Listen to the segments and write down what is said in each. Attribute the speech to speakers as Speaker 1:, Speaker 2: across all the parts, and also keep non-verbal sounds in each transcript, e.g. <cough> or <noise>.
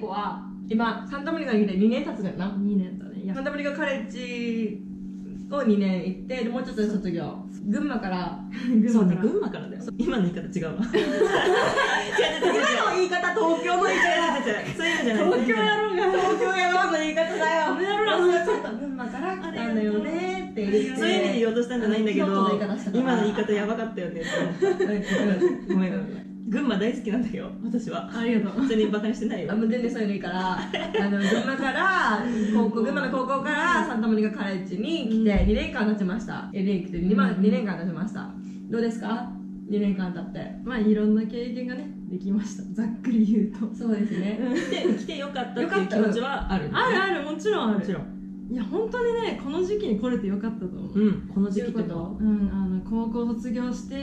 Speaker 1: 子は今サンタモニカに来て2年経つのよな
Speaker 2: 2年だねいや
Speaker 1: サンタモニカカレッジを2年行ってでもうちょっとで卒業群馬 <laughs> から
Speaker 3: そうね、
Speaker 1: から
Speaker 3: 群馬からだよ。そう今の言い方違 <laughs> うわ。違う違う違う違う。
Speaker 1: 今の言い方東京の言い方
Speaker 3: 違う違う違う。そういうのじゃない。
Speaker 1: 東京やろうが東京やろうの言い方だよ
Speaker 3: やろう
Speaker 1: ちょっと群馬から来たんだよねって言って
Speaker 3: そういう意味で言おうとしたんじゃないんだけ
Speaker 1: 京都
Speaker 3: ど
Speaker 1: の言い方した、から
Speaker 3: 今の言い方やばかったよねって思った。ごめんごめんごめん。群馬大好きなんだ <laughs> よ、私は。
Speaker 2: ありがとう
Speaker 3: それにバカにしてないよ
Speaker 1: あ。もう全然そういうのいいからあの群馬から高校群馬の高校からサンタモニカカレッジに来て2年間経ちました LA 来て 2, 万2年間経ちましたどうですか2年間経って
Speaker 2: まあいろんな経験がねできましたざっくり言うと
Speaker 1: そうですね
Speaker 3: 来て、来てよかったっていう気持ちはある。
Speaker 2: あるあるもちろんあ
Speaker 3: もち
Speaker 2: る
Speaker 3: ろん。
Speaker 2: いや本当にねこの時期に来れてよかったと思う、
Speaker 3: うん、この時期
Speaker 1: どう
Speaker 3: と
Speaker 1: いうこと
Speaker 3: か。
Speaker 2: うん、あの高校卒業して、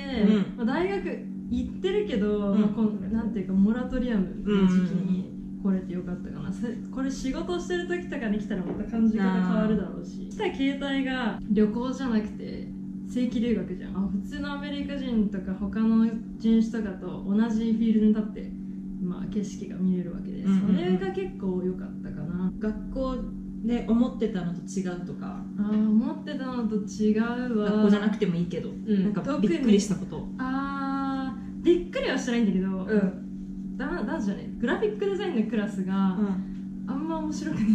Speaker 3: う
Speaker 2: まあ、大学行ってるけど、
Speaker 3: うん
Speaker 2: まあ、このなんていうかモラトリアムの時期に来れてよかったかな、せこれ仕事してる時とかに来たらまた感じ方変わるだろうし来た携帯が旅行じゃなくて正規留学じゃんあ普通のアメリカ人とか他の人種とかと同じフィールドに立って、まあ、景色が見れるわけで、
Speaker 3: うんうんうん
Speaker 2: それが結構良かったかな
Speaker 3: 学校で思ってたのと違うとか、
Speaker 2: あー思ってたのと違うわ
Speaker 3: 学校じゃなくてもいいけど、
Speaker 1: ん
Speaker 3: なんかびっくりしたこと。
Speaker 2: あーびっくりはしてないんだけど、
Speaker 1: うん
Speaker 2: だ男子じゃないグラフィックデザインのクラスが
Speaker 3: う
Speaker 2: あ
Speaker 3: ん。
Speaker 2: んま面白くない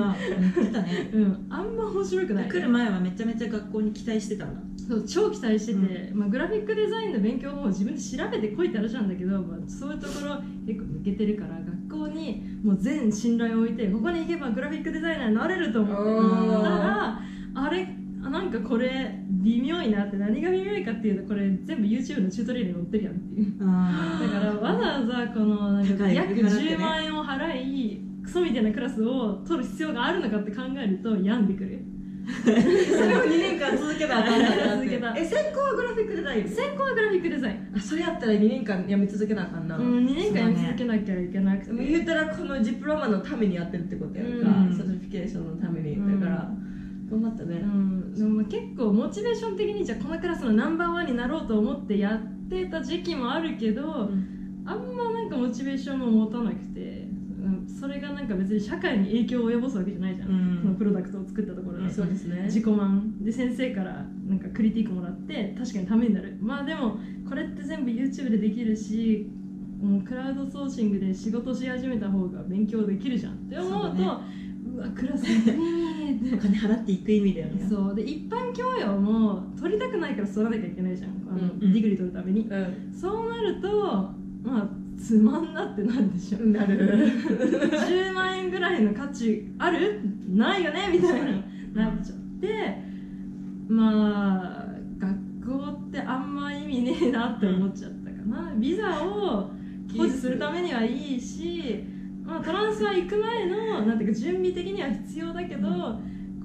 Speaker 3: ああ、言ってたね。
Speaker 2: うん、あんま面白くない
Speaker 3: <laughs> 来る前はめちゃめちゃ学校に期待してたんだ。
Speaker 2: そう超期待してて、まあ、グラフィックデザインの勉強も自分で調べてこいって話なんだけど、まあ、そういうところ結構抜けてるから学校にもう全信頼を置いてここに行けばグラフィックデザイナーになれると思って
Speaker 1: お
Speaker 2: た
Speaker 1: ー
Speaker 2: らあれあなんかこれ微妙いなって何が微妙いかっていうとこれ全部 YouTube のチュートリアルに載ってるやんっていう
Speaker 3: あ <laughs>
Speaker 2: だからわざわざこのなんか
Speaker 3: 高い
Speaker 2: 約
Speaker 3: 払ってね
Speaker 2: 10万円を払いクソみたいなクラスを取る必要があるのかって考えると病んでくる
Speaker 1: それを2年間続けたらあかんなってなっ
Speaker 2: 続けた
Speaker 1: てえ専攻はグラフィックデザイン
Speaker 2: 専攻はグラフィックデザイン、
Speaker 1: あそれやったら2年間やめ続けなあかんな、
Speaker 2: うん、2年間やり続けなきゃいけなくて、
Speaker 1: でも言うたらこのディプロマのためにやってるってことやんか、
Speaker 3: うん
Speaker 1: サーティフィケーションのために、
Speaker 2: うん
Speaker 1: だから頑張ったね、
Speaker 2: うん、でもまあ結構モチベーション的にじゃあこのクラスのナンバーワンになろうと思ってやってた時期もあるけど、あんまなんかモチベーションも持たなくてうんそれがなんか別に社会に影響を及ぼすわけじゃないじゃん、
Speaker 3: うん
Speaker 2: このプロダクトを作ったところで、
Speaker 3: うん
Speaker 1: そうですね
Speaker 2: 自己満で先生からなんかクリティックもらって確かにためになるまあでもこれって全部 YouTube でできるしもうクラウドソーシングで仕事し始めた方が勉強できるじゃんって思
Speaker 3: そ
Speaker 2: うと
Speaker 3: う
Speaker 2: う,、
Speaker 3: だ
Speaker 2: わクラスにね
Speaker 3: お金払っていく意味だよね。
Speaker 2: <laughs> そうで一般教養も取りたくないから取らなきゃいけないじゃんあの、
Speaker 1: うん
Speaker 2: ディグリ取るために
Speaker 1: うん
Speaker 2: そうなるとまあつまんなってなるでしょ
Speaker 1: なる
Speaker 2: 10万円ぐらいの価値あるないよねみたいななっちゃってまあ学校ってあんま意味ねえなって思っちゃったかなビザを保持するためにはいいし、まあ、トランスは行く前のなんていうか準備的には必要だけど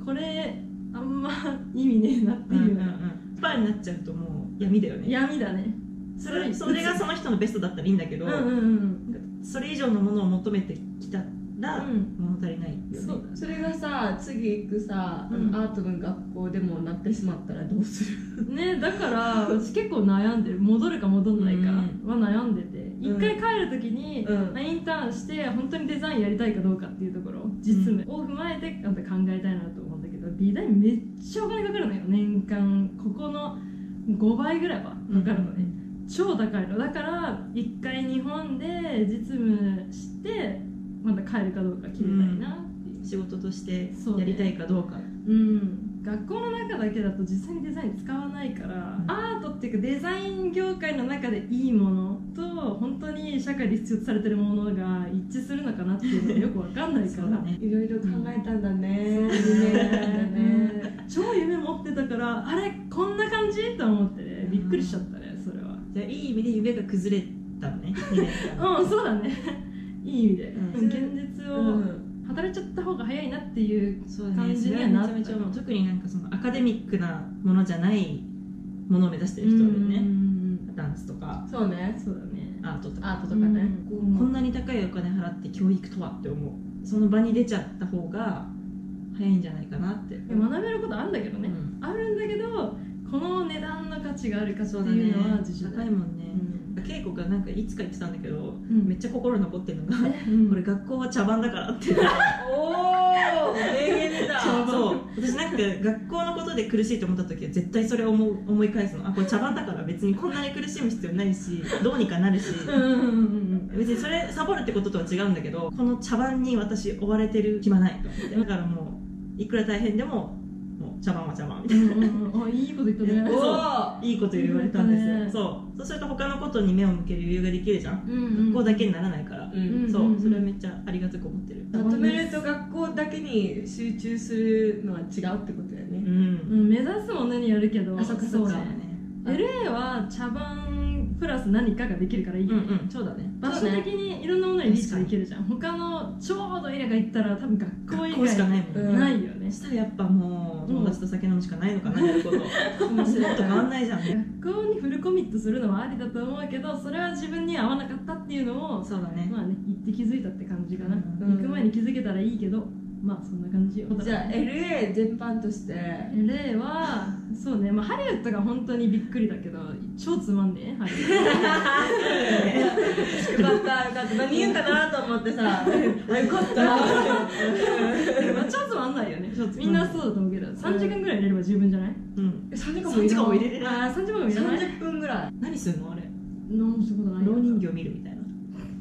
Speaker 2: これあんま意味ねえなっ
Speaker 3: う
Speaker 2: て
Speaker 3: んうんう
Speaker 2: いうのが
Speaker 3: ん。スパーになっちゃうともう闇だよね。
Speaker 2: 闇だね
Speaker 3: それそれがその人のベストだったらいいんだけ
Speaker 2: う
Speaker 3: ど、
Speaker 2: んうんうん
Speaker 3: それ以上のものを求めてきたら、
Speaker 2: うん
Speaker 3: 物足りないよね
Speaker 2: そうだね
Speaker 1: それがさ次行くさ、
Speaker 2: うん
Speaker 1: アートの学校でもなってしまったらどうする
Speaker 2: ねだから私結構悩んでる戻るか戻んないかは悩んでて一、
Speaker 1: うん
Speaker 2: 回帰る時に、
Speaker 1: うん
Speaker 2: インターンして本当にデザインやりたいかどうかっていうところ実務を踏まえてあと考えたいなと思うんだけど美大めっちゃお金かかるのよ年間ここの5倍ぐらいはかかるのね、超高いのだから一回日本で実務してまた帰るかどうか決めたいなっていう、
Speaker 3: 仕事として
Speaker 2: そうね
Speaker 3: やりたいかどうか
Speaker 2: うん、学校の中だけだと実際にデザイン使わないから、アートっていうかデザイン業界の中でいいものと本当に社会で必要とされてるものが一致するのかなっていうのがよくわかんないか
Speaker 3: そ
Speaker 2: ら、
Speaker 3: うだね
Speaker 1: いろいろ考えたんだね、
Speaker 2: そう
Speaker 1: 夢だったんだね
Speaker 2: ね超夢持ってたからあれこんな感じと思ってねびっくりしちゃったねそれは
Speaker 3: じゃあいい意味で夢が崩れたの
Speaker 2: <laughs>
Speaker 3: ね2年間
Speaker 2: うんそうだね <laughs> いい意味で、
Speaker 3: うん
Speaker 2: 現実を働いちゃった方が早いなっていう
Speaker 3: そうだ
Speaker 2: 感
Speaker 3: ね
Speaker 2: じ
Speaker 3: そ
Speaker 2: に
Speaker 3: れ
Speaker 2: は
Speaker 3: は
Speaker 2: な
Speaker 3: め
Speaker 2: っ
Speaker 3: ちゃめち
Speaker 2: た
Speaker 3: ゃ思う特になんかそのアカデミックなものじゃないものを目指してる人だよ
Speaker 2: う
Speaker 3: ね
Speaker 2: ん
Speaker 3: ダンスとか
Speaker 1: そうね
Speaker 2: そうだね
Speaker 3: アートと
Speaker 1: ア
Speaker 3: か
Speaker 1: ートとかね、
Speaker 2: うん
Speaker 3: こんなに高いお金払って教育とはって思うその場に出ちゃった方が早いんじゃないかなって、
Speaker 2: いや学べることあるんだけど
Speaker 3: う
Speaker 2: ね、
Speaker 3: ん
Speaker 2: あるんだけどこの値段の価値があるかって
Speaker 3: そうだ
Speaker 2: い
Speaker 3: ね
Speaker 2: うのは自信
Speaker 3: 高
Speaker 2: だ
Speaker 3: い
Speaker 2: よ
Speaker 3: もんね、
Speaker 2: うん
Speaker 3: 稽古がなんかいつか言ってたんだけど、
Speaker 2: ん
Speaker 3: めっちゃ心残ってるのが
Speaker 2: うん
Speaker 3: 俺学校は <laughs> 茶番だからって
Speaker 1: おお名言だ
Speaker 2: 茶番
Speaker 3: そう私なんか学校のことで苦しいと思った時は絶対それを思う思い返すのあこれ茶番だから別にこんなに苦しむ必要ないしどうにかな <laughs> るし
Speaker 2: うんうんうん
Speaker 3: 別にそれサボるってこととは違うんだけどこの茶番に私追われてる暇ないと思ってだからもういくら大変でももう茶番は茶番みたい
Speaker 2: うんうんうんあいいこと言ったね
Speaker 1: お
Speaker 3: そう
Speaker 1: ー
Speaker 3: ないいこと言われたんですよ、
Speaker 2: ね
Speaker 3: そうそうすると他のことに目を向ける余裕ができるじゃん
Speaker 2: うんう
Speaker 3: 学
Speaker 2: ん
Speaker 3: 校だけにならないから、
Speaker 1: うん
Speaker 3: そ
Speaker 2: うんうんう
Speaker 3: うんそれはめっちゃありがたく思ってる
Speaker 1: まとめると学校だけに集中するのは違うってことだよ
Speaker 3: う
Speaker 1: ね
Speaker 3: ん、
Speaker 2: うん目指すものによるけど
Speaker 1: あそっかそっか
Speaker 2: うだね LA は茶番プラス何かができるからいいよ
Speaker 3: うんうんそうだね
Speaker 2: 場所的にいろんなものにリーチできるじゃん他のちょうどエリアが行ったら多分学校以
Speaker 3: 学校しか
Speaker 2: 外
Speaker 3: ないもんね、
Speaker 1: うん
Speaker 2: ないよね
Speaker 3: したらやっぱもう友達と酒飲むしかないのかな、やること
Speaker 2: 学
Speaker 3: もうそんなこと変わんないじゃんね
Speaker 2: 校にフルコミットするのはありだと思うけどそれは自分に合わなかったっていうのを
Speaker 3: そうだね
Speaker 2: まあね行って気づいたって感じかな、
Speaker 3: うん
Speaker 2: 行く前に気づけたらいいけどまあそんな感じよ
Speaker 1: じゃあ LA 全般として
Speaker 2: LA はそうね、まあ、ハリウッドが本当にびっくりだけど超つまんねえハリウッド
Speaker 1: よかったよかった何言うかなと思って <laughs> さあよかった
Speaker 2: まあ、超つまんないよね
Speaker 3: 超つまんない
Speaker 2: みんなそうだと思うけど3時間ぐらい入れれば十分じゃない、
Speaker 3: うん
Speaker 1: 3時
Speaker 3: 3時間も入れれない
Speaker 2: ああ3時間もいらない
Speaker 1: 30分ぐら
Speaker 3: 何するのあれ
Speaker 2: 何することない
Speaker 3: 老人形見るみたいな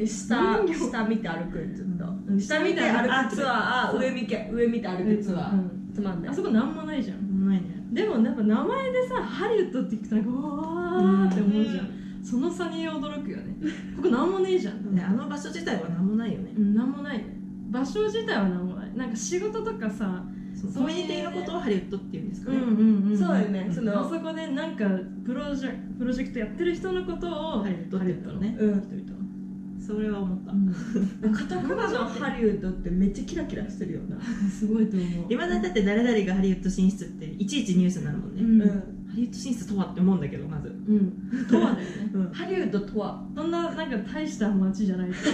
Speaker 3: い
Speaker 1: 下
Speaker 2: 人形
Speaker 1: 下見て歩くずっ
Speaker 2: う
Speaker 1: と
Speaker 2: ん
Speaker 1: 下見て歩くツアーあ上見て上見て歩くツア
Speaker 2: う
Speaker 1: ー
Speaker 2: ん
Speaker 1: つまんない
Speaker 2: あそこなんもないじゃん
Speaker 3: ないね
Speaker 2: でもなんか名前でさハリウッドって聞くとなんかわーって思うじゃん、その差に驚くよねここなんもねえじゃん
Speaker 3: ねあの場所自体は何もないよね
Speaker 2: うんなんもないね場所自体はなんもないなんか仕事とかさ
Speaker 3: そうコミュニティのことをハリウッドっていうんですかね、
Speaker 2: ん
Speaker 1: そうだよね
Speaker 3: うん
Speaker 1: そ
Speaker 2: あ
Speaker 1: の
Speaker 2: そこでなんかプロジェプロジェクトやってる人のことを
Speaker 3: ハリウッドって言ったのね
Speaker 1: うん
Speaker 3: 人々はそれは思った
Speaker 1: カタカナのハリウッドってめっちゃキラキラしてるよな
Speaker 2: すごいと思う
Speaker 3: いまだにだって誰々がハリウッド進出っていちいちニュースになるもんね、
Speaker 2: うん
Speaker 3: ハリウッド進出とはって思うんだけどまず、
Speaker 2: うんとはだよね
Speaker 1: ハリウッドとは
Speaker 2: そんななんか大した街じゃないって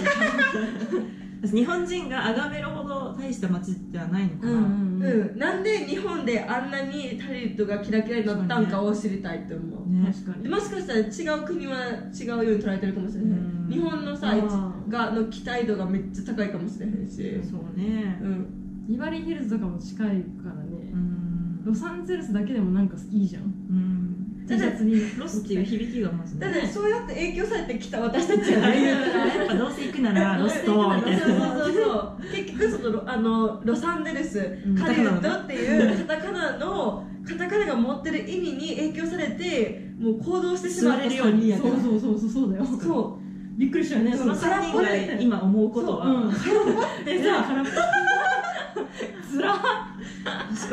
Speaker 2: いう
Speaker 3: 日本人が崇めるほど大した街ではないのかな、
Speaker 1: うん、なんで日本であんなにハリウッドがキラキラになったんかを知りたいって思う、
Speaker 3: ね
Speaker 2: 確かに
Speaker 1: もしかしたら違う国は違うように捉えてるかもしれない、
Speaker 3: うん
Speaker 1: 日本のさ
Speaker 2: あ
Speaker 1: い
Speaker 2: ー
Speaker 1: ちがの期待度がめっちゃ高いかもしれへんし、
Speaker 3: そうね
Speaker 1: うん、
Speaker 2: ビバリーヒルズとかも近いからね、
Speaker 3: うん
Speaker 2: ロサンゼルスだけでもなんかいいじゃん
Speaker 3: うんた
Speaker 2: T シャ
Speaker 3: だ
Speaker 2: ツに
Speaker 3: ロスっていう響きがまず
Speaker 1: だ
Speaker 3: ね
Speaker 1: ってそうやって影響されてきた私たち
Speaker 3: あ
Speaker 1: は
Speaker 3: れだからやっぱどうせ行くならロストみたい
Speaker 1: そう
Speaker 3: な
Speaker 1: そうそうそう結局そのロあのロサンゼルス
Speaker 3: ん
Speaker 1: カリウッドっていうカタカナのカタカナが持ってる意味に影響されてもう行動してしまった3人やか
Speaker 2: そ
Speaker 1: ら
Speaker 2: うそうそうそうそうだよ
Speaker 1: そう
Speaker 2: びっくりしたよね
Speaker 3: その3人
Speaker 2: が
Speaker 3: が今思うことは、
Speaker 2: うん
Speaker 3: で
Speaker 2: じゃあ
Speaker 3: さ
Speaker 2: 空っぽつら
Speaker 3: <laughs> 確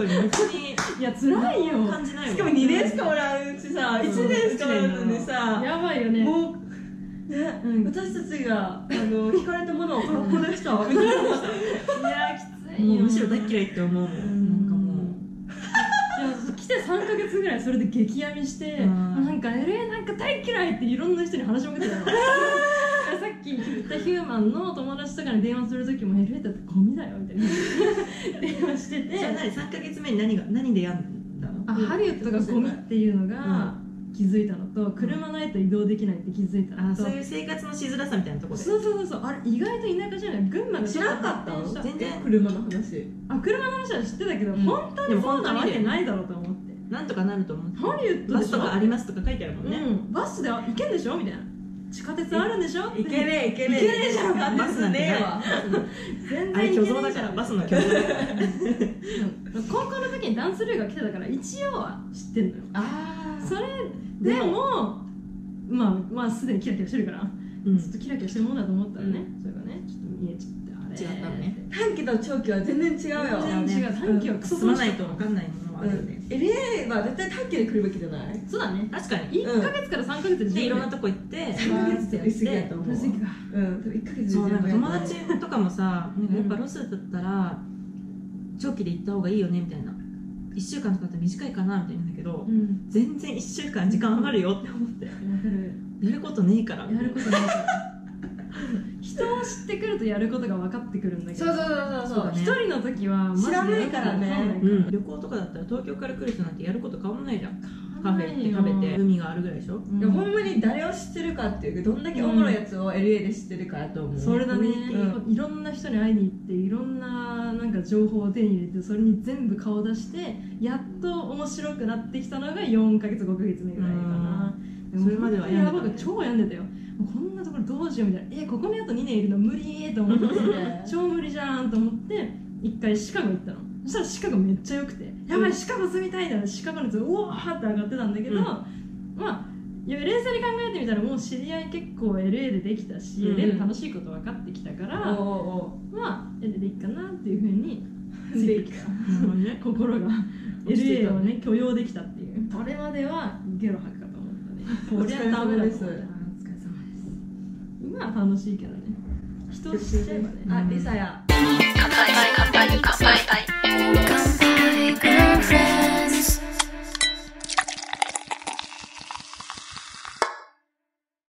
Speaker 3: かに別に
Speaker 2: いやつらいよ
Speaker 3: 感じない
Speaker 1: しかも2年しかおらんしさ
Speaker 3: うん
Speaker 1: 1年しかおらんのにさ
Speaker 2: やばいよね
Speaker 1: もうね
Speaker 2: うん
Speaker 1: 私たちがあの聞かれたものを空っぽでしたみたいない
Speaker 2: やきつい
Speaker 3: も
Speaker 2: よ
Speaker 3: うむしろ大嫌いって思うもん、なんかも
Speaker 2: いや来て3か月ぐらいそれで激闇して
Speaker 3: うん
Speaker 2: なんか LA なんか大嫌いっていろんな人に話しまくってたのさっき言ったヒューマンの友達とかに電話する時も LA だってゴミだよみたいな電話して
Speaker 3: う
Speaker 2: て
Speaker 3: じゃあ何3か月目に何が何でやんだの
Speaker 2: あハリウッドがゴミっていうのが気づいたのと車ないと移動できないって気づいたの
Speaker 3: あ
Speaker 2: と
Speaker 3: そういう生活のしづらさみたいなところで
Speaker 2: そうそうそうそうあれ意外と田舎じゃない群馬が
Speaker 1: 知らんかったの
Speaker 2: 全
Speaker 3: 全然
Speaker 1: 車の話
Speaker 2: あ車の話は知ってたけど、
Speaker 1: うん
Speaker 2: 本当
Speaker 3: で
Speaker 2: に
Speaker 3: も
Speaker 2: そう
Speaker 3: 本当
Speaker 2: な
Speaker 3: に
Speaker 2: わけないだろうと思って
Speaker 3: なんとかなると思う
Speaker 2: ハリウッド
Speaker 3: バ
Speaker 2: で
Speaker 3: ス
Speaker 2: しょ
Speaker 3: とかありますとか書いてあるもんね、
Speaker 2: うん、バスで行けんでしょみたいな地下鉄あるんでしょ
Speaker 1: いけ
Speaker 2: る
Speaker 1: ねえいけねえ
Speaker 2: いけねえじゃん
Speaker 1: バスなんてないわ
Speaker 2: 全
Speaker 3: あれ
Speaker 2: 然
Speaker 3: 虚
Speaker 2: 行け
Speaker 3: 像
Speaker 2: ねえ
Speaker 3: だ
Speaker 2: じ
Speaker 3: か
Speaker 2: ゃ
Speaker 3: ら
Speaker 2: ん
Speaker 3: バスの虚像だから
Speaker 2: うん高校の時にダンスルーが来てたから一応は知ってんのよ
Speaker 1: あ
Speaker 2: それ
Speaker 3: で
Speaker 2: で
Speaker 3: も
Speaker 2: もまあまあすでにキラキラしてるから、
Speaker 3: うん
Speaker 2: ずっとキラキラしてるもんだと思ったらね、それがねちょっと見えちゃってあれ
Speaker 3: 違ったのね
Speaker 1: 短期と長期は全然違うよ
Speaker 2: 全然違う短期はクソ
Speaker 3: 進まないと分かんないものもあ
Speaker 1: う
Speaker 3: るよね、
Speaker 1: ん LA は絶対短期で来るべきじゃない
Speaker 2: そうだね
Speaker 3: 確かに
Speaker 2: 1か月から3か月で
Speaker 3: でい
Speaker 2: 十
Speaker 3: ろん
Speaker 2: 分
Speaker 3: なとこ行って
Speaker 1: 3ヶ月って言い過ぎやと思う
Speaker 2: 分析が
Speaker 1: うん多分1ヶ月で
Speaker 3: そうなんか
Speaker 1: 全部
Speaker 3: 友
Speaker 1: やった
Speaker 3: 達とかもさなんかやっぱロスだったら長期で行った方がいいよねみたいな1週間とかだったら短いかなみたいなんだけど
Speaker 2: うん
Speaker 3: 全然1週間時間余るよって思って
Speaker 2: わかる
Speaker 3: やることねえから
Speaker 2: やることないから一人を知ってくるとやることが分かってくるんだけ
Speaker 1: そ
Speaker 2: ど
Speaker 1: うそうそうそうそう
Speaker 2: 一人の時はマジで
Speaker 1: 知らないからね
Speaker 2: わんない
Speaker 3: うん旅行とかだったら東京から来る人なんてやること変わんないじゃんカフェ行って
Speaker 2: 変わんない
Speaker 3: 食
Speaker 2: よ
Speaker 3: べて海があるぐらいでしょ
Speaker 2: うん
Speaker 1: いやほんまに誰を知ってるかっていうかどんだけおもろいやつを LA で知ってるかやと思う、
Speaker 2: それだね、
Speaker 1: う
Speaker 2: いろんな人に会いに行っていろんななんか情報を手に入れてそれに全部顔出してやっと面白くなってきたのが4ヶ月5ヶ月目ぐらいかな、
Speaker 3: うんそれまでは
Speaker 2: や
Speaker 3: 病ん
Speaker 2: ば
Speaker 3: でた
Speaker 2: く
Speaker 3: ね
Speaker 2: 超病んでたよもうこんなところどうしようみたいなえここにあと2年いるの無理ーと思って超無理じゃんと思って一回シカゴ行ったのそしたらシカゴめっちゃ良くてやばいシカゴ住みたいなシカゴ熱うわーって上がってたんだけど、
Speaker 3: うん
Speaker 2: まあいや冷静に考えてみたらもう知り合い結構 LA でできたし、
Speaker 3: うん
Speaker 2: LA で楽しいこと分かってきたから、
Speaker 1: おうお
Speaker 2: まあ LA でいいかなっていうふうに
Speaker 1: うできた
Speaker 3: ね
Speaker 2: 心が
Speaker 3: 落ち着い
Speaker 2: LA
Speaker 3: た
Speaker 2: をね許容できたっていうこれまではゲロ吐くかと思ったね
Speaker 1: <laughs> お
Speaker 2: こ
Speaker 1: 疲
Speaker 2: り
Speaker 1: れ
Speaker 2: ゃダ
Speaker 1: 様
Speaker 2: メだと思
Speaker 1: で
Speaker 2: っ
Speaker 1: す
Speaker 2: た今は楽しいけどね人を知っちゃえばね
Speaker 1: あリサや
Speaker 4: 乾杯乾杯乾杯乾杯